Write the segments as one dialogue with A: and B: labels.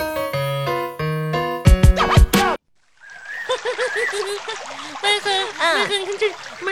A: 嗯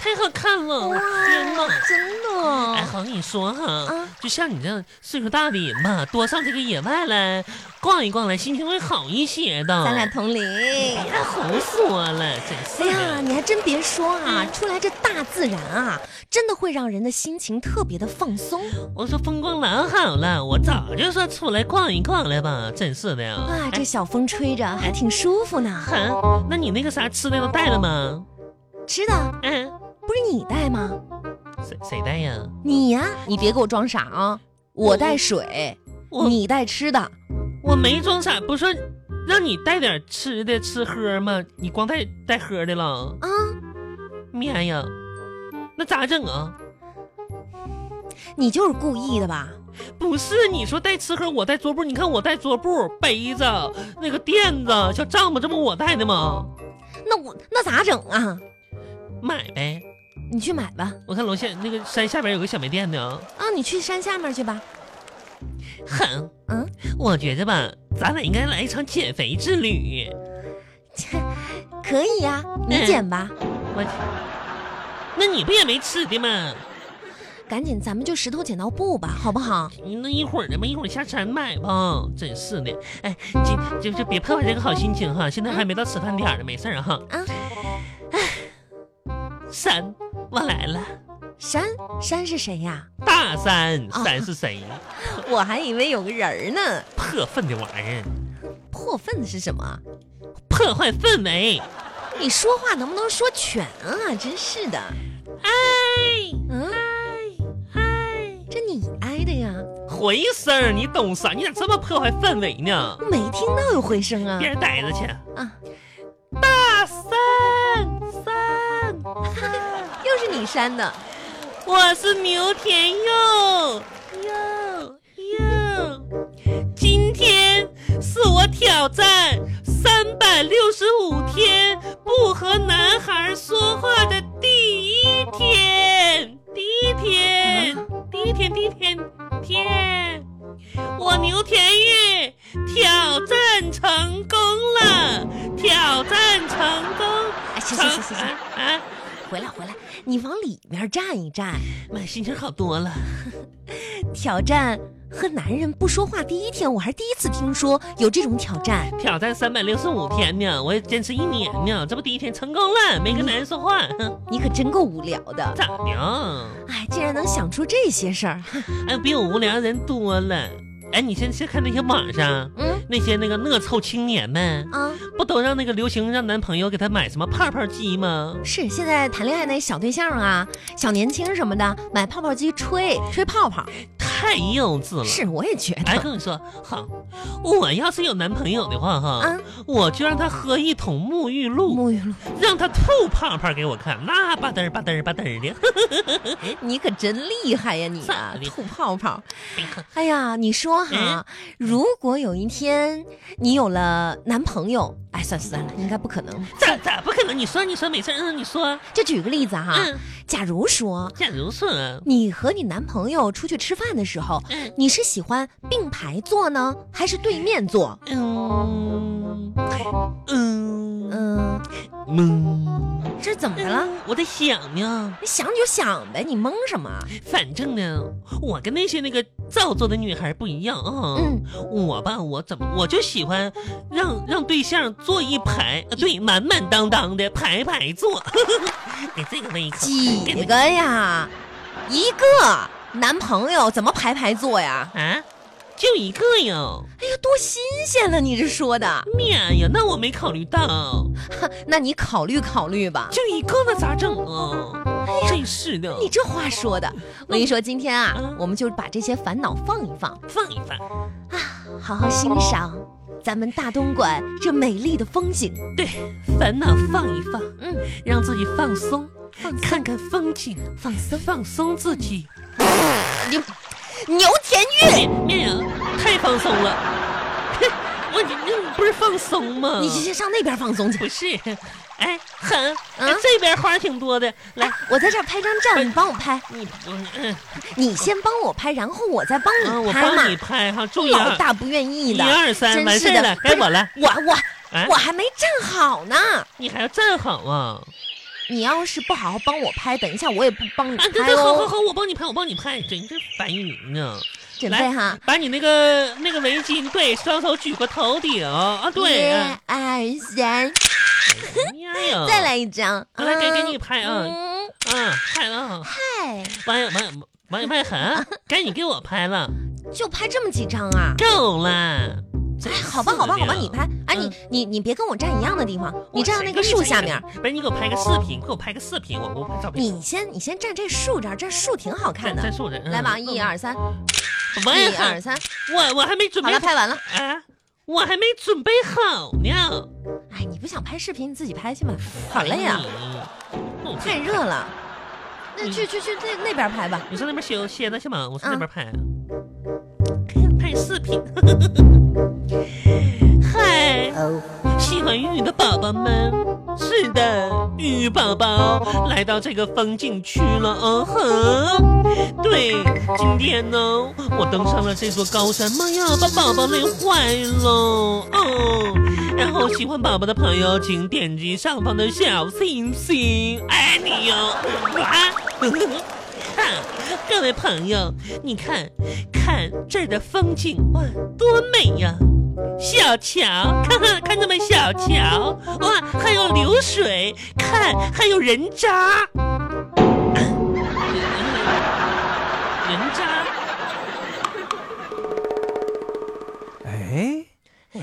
A: 太好看了！天哪！
B: 哇，真的
A: 哎，
B: 哦，
A: 好，你说哈，
B: 啊
A: 就像你这样岁数大的人嘛，多上这个野外来逛一逛来，心情会好一些的。
B: 咱俩同龄。
A: 太胡说了，真
B: 哎
A: 是
B: 呀，
A: 的。
B: 你还真别说啊，出来这大自然啊，真的会让人的心情特别的放松。
A: 我说风光老好了，我早就说出来逛一逛来吧，真是的呀。
B: 啊，这小风吹着还挺舒服呢。
A: 哎哼，那你那个啥吃的都带了吗？
B: 吃的
A: 嗯、
B: 不是你带吗？
A: 谁谁带呀？
B: 你呀、你别给我装傻啊！我带水，
A: 我
B: 你带吃的。啊
A: 我没装傻，不是让你带点吃的吃喝吗？你光带带喝的了
B: 啊！
A: 妈呀，那咋整啊？
B: 你就是故意的吧？
A: 不是，你说带吃喝，我带桌布，你看我带桌布、杯子、那个垫子、小帐篷，这不我带的吗？
B: 那我那咋整啊？
A: 买呗，
B: 你去买吧。
A: 我看楼下那个山下边有个小卖店呢。
B: 啊，你去山下面去吧。
A: 哼，
B: 嗯，
A: 我觉着吧，咱俩应该来一场减肥之旅。
B: 切，可以呀、你
A: 嗯
B: 捡吧。
A: 我去，那你不也没吃的吗？
B: 赶紧，咱们就石头剪刀布吧，好不好？
A: 你那一会儿的吧，一会儿下山买吧。啊真是的，哎，就就就别破坏这个好心情哈。现在还没到吃饭点儿呢，没事儿哈。哎
B: 啊，
A: 三，我来了，
B: 山山是谁呀、
A: 大三，
B: 啊
A: 三是谁？
B: 我还以为有个人儿呢。
A: 破粪的玩意儿，
B: 破粪是什么？啊
A: 破坏氛围。
B: 你说话能不能说全啊？真是的。
A: 哎
B: 嗯，
A: 哎，
B: 这你挨的呀？
A: 回声儿，你懂啥？你咋这么破坏氛围呢？
B: 我没听到有回声啊
A: 别。人呆着去。
B: 啊，
A: 大三三，
B: 又是你扇的。
A: 我是牛田佑佑佑，今天是我挑战三百六十五天不和男孩说话的第一天，第一天，第一天，第一天，天，我牛田玉挑战成功了，挑战成功，
B: 哎，行
A: 成
B: 行行行行，
A: 啊啊！
B: 回来回来，你往里面站一站，
A: 妈，心情好多了。
B: 挑战。和男人不说话，第一天我还是第一次听说有这种挑战。
A: 挑战三百六十五天呢，我也坚持一年呢，这不第一天成功了，没跟男人说话，哼
B: 你可真够无聊的，
A: 咋的？
B: 哎，竟然能想出这些事儿。
A: 哎，比我无聊的人多了。哎，你先去看那些网上
B: 嗯
A: 那些那个恶臭青年们，
B: 啊，
A: 不都让那个流行让男朋友给他买什么泡泡机吗？
B: 是现在谈恋爱那小对象啊，小年轻什么的，买泡泡机吹吹泡泡。
A: 太幼稚了。
B: 是，我也觉
A: 嗯哎，
B: 得。
A: 跟你说，好，我要是有男朋友的话，哈，
B: 啊
A: 我就让他喝一桶沐浴露，
B: 沐浴露，
A: 让他吐泡泡给我看，那吧嘚儿吧嘚儿吧嘚儿的。
B: 你可真厉害呀你
A: 咋！
B: 啊
A: 的
B: 吐泡泡。
A: 哎呀
B: 哎呀，你说
A: 嗯
B: 哈，如果有一天你有了男朋友，哎，算了算了，应该不可能。
A: 咋咋不可能？你说你说没事儿，嗯，你说，
B: 就举个例子哈，
A: 嗯，
B: 假如说
A: 假如说，
B: 你和你男朋友出去吃饭的时候，
A: 嗯
B: 你是喜欢并排坐呢，还是对面坐？
A: 嗯嗯
B: 嗯，
A: 嗯，
B: 这怎么
A: 嗯
B: 了？
A: 我在想呢，
B: 你想就想呗，你懵什么？啊
A: 反正呢，我跟那些那个造作的女孩不一样啊。
B: 嗯，
A: 我吧，我怎么我就喜欢让让对象坐一排，呃对，满满当当的排排坐。 给这个喂一口，
B: 几个呀？一个男朋友怎么排排坐呀？
A: 啊？就一个呀！
B: 哎呀，多新鲜呢！你这说的，
A: 妈呀，那我没考虑到。
B: 哈那你考虑考虑吧。
A: 就一个那咋整啊？真是的，
B: 你这话说的，我跟你说，今天啊
A: 嗯，
B: 我们就把这些烦恼放一放，
A: 放一放，
B: 好好欣赏咱们大东莞这美丽的风景。
A: 烦恼放一放，
B: 嗯，
A: 让自己放松，
B: 放松
A: 看看风景，
B: 放松，
A: 放松自己。
B: 牛牛田玉，
A: 面呀，太放松了。嘿我你那不是放松吗？
B: 你先上那边放松去。
A: 不是？哎，很，哎
B: 啊
A: 这边花挺多的，来
B: 来。，我在这儿拍张照，你帮我拍，
A: 你不嗯，
B: 你先帮我拍，然后我再帮
A: 啊
B: 你
A: 我
B: 拍嘛
A: 帮。你拍哈，注意
B: 老
A: 啊，
B: 大不愿意
A: 一
B: 的，
A: 二三，
B: 真
A: 完
B: 是
A: 事儿了
B: 的，，
A: 该我了。
B: 我我
A: 啊
B: 我还没站好呢，
A: 你还要站好啊？
B: 你要是不好好帮我拍，等一下我也不帮你
A: 啊，对
B: 拍
A: 对，好好
B: 哦。
A: 好，我帮你拍，我帮你拍，真是烦人呢。
B: 准备
A: 来
B: 哈，
A: 把你那个那个围巾，对，双手举过头顶啊，对，
B: 一
A: 啊
B: 二三，
A: 哎 呀
B: 再，来一张。
A: 我来给
B: 嗯哎
A: 给你拍啊
B: 嗯，
A: 嗯，拍了，
B: 嗨，
A: 王友王友王友麦 涵，啊赶紧给我拍了，
B: 就拍这么几张啊？
A: 够了。
B: 哎，好吧，好吧，好吧，你拍。啊，
A: 嗯
B: 你你你别跟我站一样的地方，你站到那
A: 在
B: 个树下面。，
A: 不是你给我拍个视频，给我拍个视频，我我拍照片。
B: 你先你先站这树这儿，这树挺好看
A: 站
B: 的
A: 站。树着，嗯
B: 来吧，一，二三，
A: 王友
B: 一二
A: 涵，
B: 三，
A: 我我还嗯没准
B: 好
A: 备
B: 了，拍完了。
A: 啊，我还没准备好呢。
B: 哎，你不想拍视频，你自己拍去吧。好累啊，
A: 哎呦！
B: 太热了。那
A: 嗯
B: 去去去那那边拍吧。
A: 你上那边歇歇着去吧，我上
B: 啊
A: 那边拍，拍视频。 嗨，
B: 哦，
A: 喜欢鱼的宝宝们，是的，鱼宝宝来到这个风景区了，哦呵。对，今天呢，我登上了这座高山，妈呀，把宝宝累坏了，哦。然后喜欢宝宝的朋友，请点击上方的小星星，爱你哟、哇！看，各位朋友，你看看这儿的风景，哇，多美呀、小桥，看看看他们小桥，哇，还有流水，看还有人渣，人渣，
C: 哎，
A: 哎，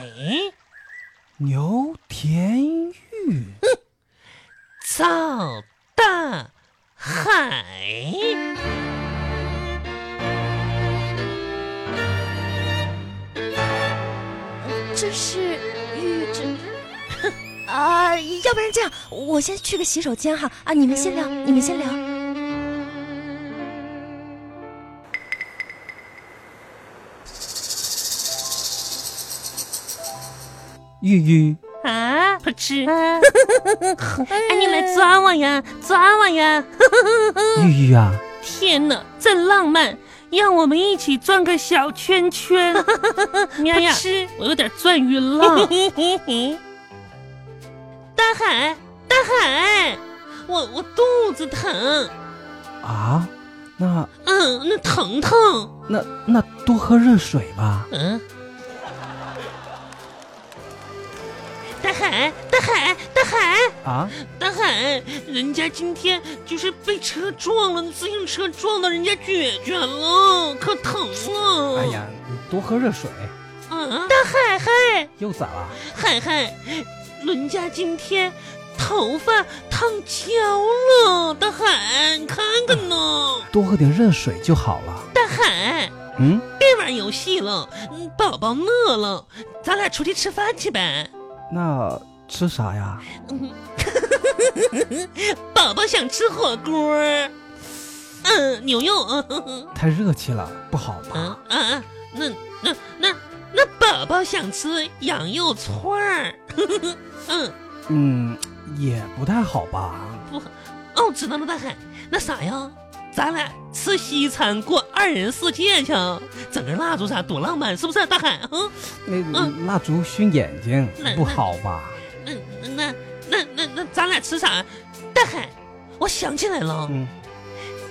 C: 牛田玉，
A: 造大海，
B: 这是玉珍。 啊，要不然这样，我先去个洗手间哈。啊，你们先聊，你们先聊。
A: 嗯
C: 玉玉，
A: 啊，噗 嗤，哎、你来抓我呀，抓我呀！
C: 玉玉啊，
A: 天哪，真浪漫！让我们一起转个小圈圈。 喵呀，我有点转晕 了。大海，大海，我我肚子疼，
C: 啊，那
A: 嗯，那疼疼，
C: 那那多喝热水吧。
A: 嗯。大海，大海，大海，
C: 啊，
A: 大海！人家今天就是被车撞了，自行车撞到人家绝绝了，可疼了。
C: 哎呀，你多喝热水，
A: 嗯，大海海
C: 又咋了？
A: 海海，伦家今天头发烫焦了，大海，你看看呢，
C: 多喝点热水就好了。
A: 大海，
C: 嗯，
A: 别玩游戏了，嗯宝宝饿了，咱俩出去吃饭去呗。
C: 那吃啥呀？
A: 宝宝想吃火锅儿，嗯，牛肉，嗯哼哼
C: 太热气了，不好
A: 嗯
C: 吧？
A: 嗯嗯，那那那那宝宝想吃羊肉串儿，嗯。
C: 嗯，也不太好吧？
A: 哦，知道了，大海，那啥呀，咱俩吃西餐过二人世界去，整根蜡烛啥多浪漫，是不是？大海，嗯
C: 那
A: 嗯
C: 蜡烛熏眼睛
A: 那
C: 不好吧？
A: 嗯，那那那那咱俩吃啥？大海，我想起来了，
C: 嗯，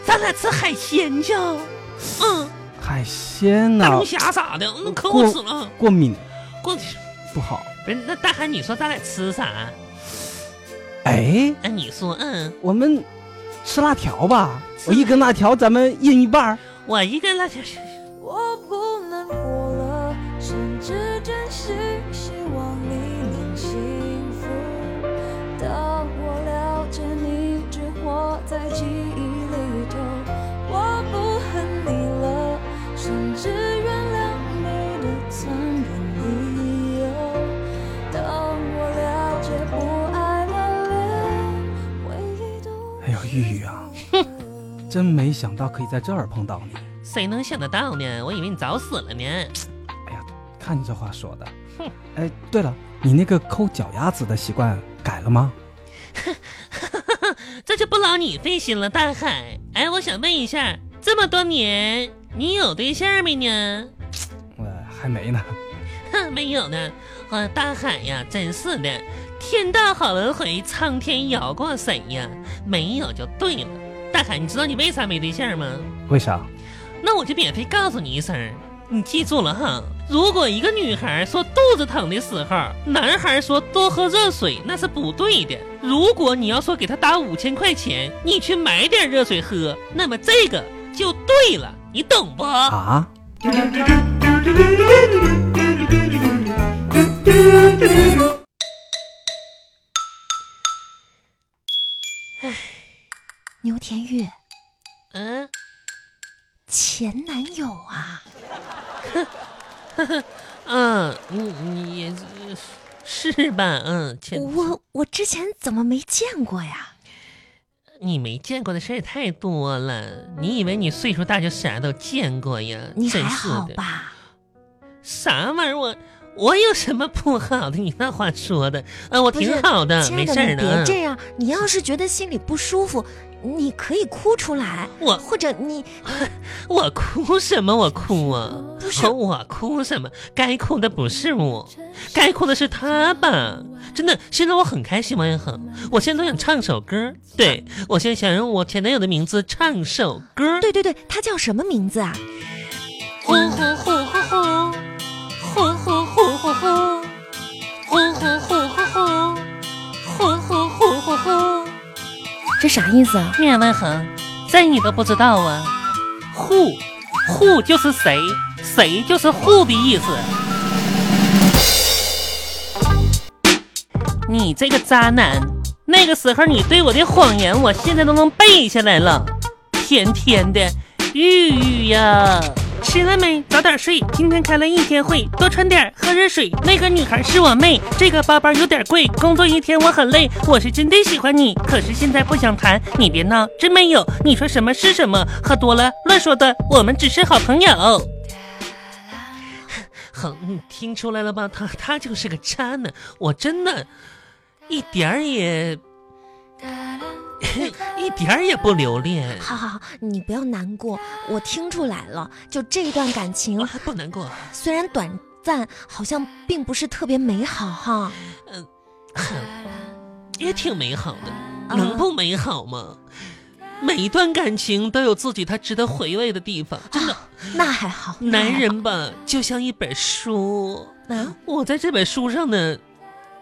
A: 咱俩吃海鲜去，嗯，
C: 海鲜
A: 大
C: 呐
A: 龙，虾啥的，那可
C: 过
A: 好吃了。
C: 过敏
A: 过，
C: 不好。
A: 不是那大海，你说咱俩吃啥？
C: 哎，
A: 哎，你说，嗯，
C: 我们吃辣条吧，
A: 吃
C: 我一根辣条咱们一人一半儿。
A: 我一个辣条，
D: 我不能活了，甚至真心希望你能幸福。当我了解你只活在记忆里头，我不恨你了，甚至原谅你的残忍理由。当我了解不爱了，连回忆都
C: 哎呦，玉玉啊，真没想到可以在这儿碰到你。
A: 谁能想得到呢？我以为你早死了呢。
C: 哎呀，看你这话说的。哎，对了，你那个抠脚丫子的习惯改了吗？
A: 这就不劳你费心了，大海。哎，我想问一下，这么多年你有对象没呢？
C: 呃，还没呢。
A: 哼，没有呢。啊，大海呀，真是的，天大好轮回，苍天饶过谁呀？没有就对了。大凯，你知道你为啥没对象吗？
C: 为啥？
A: 那我就免费告诉你一声儿，你记住了哈。如果一个女孩说肚子疼的时候，男孩说多喝热水，那是不对的。如果你要说给她打五千块钱，你去买点热水喝，那么这个就对了，你懂不？
C: 啊？
B: 牛田玉
A: 嗯，
B: 前男友啊，
A: 嗯，你你也是是吧？嗯，前
B: 我我之前怎么没见过呀？
A: 你没见过的事儿太多了，你以为你岁数大就啥都见过呀？
B: 你还
A: 真是
B: 好
A: 的，
B: 吧？
A: 啥玩意儿？我我有什么不好的？你那话说的，呃，我
B: 不是
A: 挺好的，
B: 亲爱
A: 没事
B: 的，
A: 儿嗯
B: 你别
A: 的。
B: 这样，你要是觉得心里不舒服，你可以哭出来，
A: 我
B: 或者你
A: 我哭什么？我哭啊！
B: 不是
A: 和我哭什么？该哭的不是我，该哭的是他吧？真的，现在我很开心，王一恒，我现在都想唱首歌。对，我现在想用我前男友的名字唱首歌。
B: 对对对，他叫什么名字啊？
A: 呼呼呼呼呼，呼呼呼呼呼，呼呼呼呼呼，呼呼呼呼呼。
B: 这啥意思啊？
A: 面文恒，这你都不知道啊？护，护就是谁，谁就是护的意思。你这个渣男，那个时候你对我的谎言，我现在都能背下来了，甜甜的，玉玉呀。吃了没？早点睡。今天开了一天会，多穿点，喝热水。那个女孩是我妹，这个包包有点贵。工作一天我很累，我是真的喜欢你，可是现在不想谈。你别闹，真没有。你说什么是什么，喝多了乱说的。我们只是好朋友。哼，你听出来了吧？他他就是个渣男，我真的，一点儿也， 一点儿也不留恋，
B: 好好好，你不要难过，我听出来了，就这段感情
A: 不难过。
B: 虽然短暂，好像并不是特别美好哈。
A: 也挺美好
B: 嗯
A: 的，能不美好吗？每一段感情都有自己它值得回味的地方，真的。
B: 那还好，啊那还
A: 男
B: 好
A: 人吧，就像一本书，
B: 啊
A: 我在这本书上呢，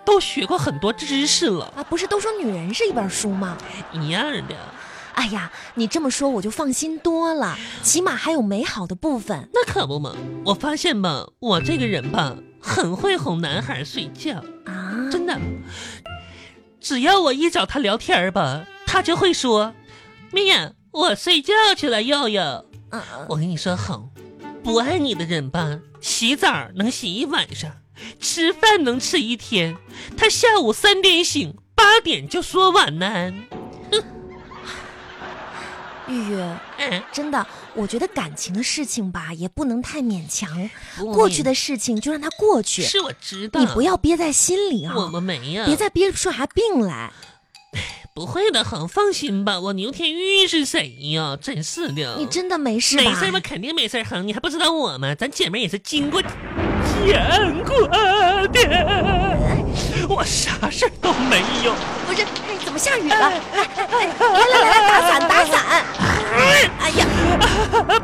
A: 都学过很多知识了，
B: 啊，不是都说女人是一本书吗？
A: 一样的。
B: 哎呀，你这么说我就放心多了，起码还有美好的部分。
A: 那可不嘛，我发现吧，我这个人吧，很会哄男孩睡觉，
B: 啊，
A: 真的。只要我一找他聊天儿吧，他就会说：“咪呀，我睡觉去了，悠悠。”
B: 嗯、嗯
A: 我跟你说好，不爱你的人吧，洗澡能洗一晚上，吃饭能吃一天。他下午三点醒，八点就说晚安。
B: 玉玉，
A: 嗯，
B: 真的，我觉得感情的事情吧，也不能太勉强，
A: 不
B: 过去的事情就让它过去，
A: 是我知道，
B: 你不要憋在心里啊，
A: 我们没呀、
B: 别再憋出啥病来。
A: 不会的，很放心吧。我牛天玉是谁呀？真是的，
B: 你真的没事吧？
A: 嗯没事吧？肯定没事儿，哼，你还不知道我吗？咱姐妹也是经过见过的，
B: 哎
A: 我啥事儿都没有。
B: 不是，哎，怎么下雨了？来来来来来，打伞打伞！哎呀，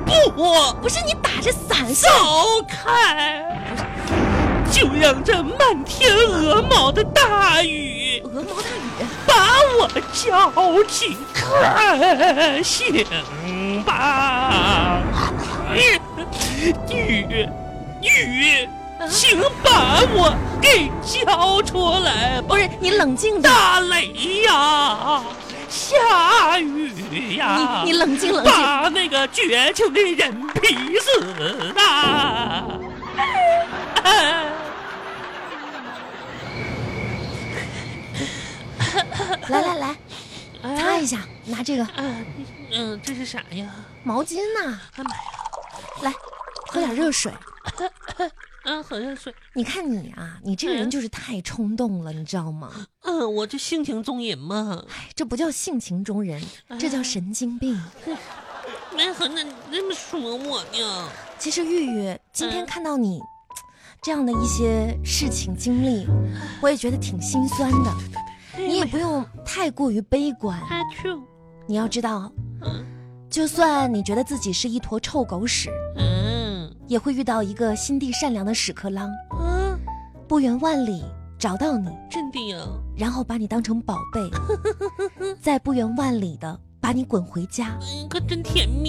A: 不。
B: 不是你打着伞是
A: 走开！就让这漫天鹅毛的大雨
B: 鹅毛呃大雨，啊
A: 把我矫情看醒吧！雨雨，请把我给交出来吧
B: 不！是你冷静点，
A: 大雷呀，下雨呀！
B: 你你冷静冷静。
A: 把那个绝情的人劈死啊！
B: 来来来，擦一下，拿这个
A: 嗯，这是啥呀？
B: 毛巾呐、
A: 哎妈呀！
B: 来，喝点热水。
A: 啊，好像是，
B: 你看你啊，你这个人
A: 嗯
B: 就是太冲动了，你知道吗？
A: 嗯，我这性情中人嘛。
B: 哎，这不叫性情中人，这叫神经病。
A: 哎没恒，那你这么说我呢？
B: 其实玉玉今天
A: 嗯
B: 看到你，这样的一些事情经历，我也觉得挺心酸的。你也不用太过于悲观，
A: 他臭，
B: 你要知道，
A: 嗯
B: 就算你觉得自己是一坨臭狗屎，
A: 嗯
B: 也会遇到一个心地善良的屎壳郎，
A: 啊，
B: 不远万里找到你，
A: 镇定啊，
B: 然后把你当成宝贝， 再不远万里的把你滚回家，
A: 嗯，可真甜蜜，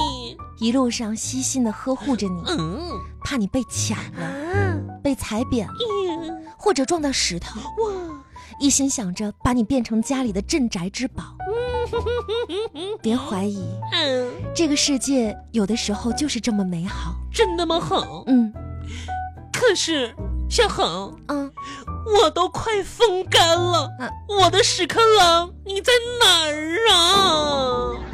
B: 一路上悉心的呵护着你，
A: 嗯
B: 怕你被抢了、
A: 啊，
B: 被踩扁了，
A: 咦
B: 或者撞到石头，
A: 哇，
B: 一心想着把你变成家里的镇宅之宝。别怀疑，
A: 嗯，
B: 这个世界有的时候就是这么美好。
A: 真那么好，
B: 嗯
A: 可是小恒。
B: 嗯，
A: 我都快风干了，
B: 啊
A: 我的屎壳郎，你在哪儿啊？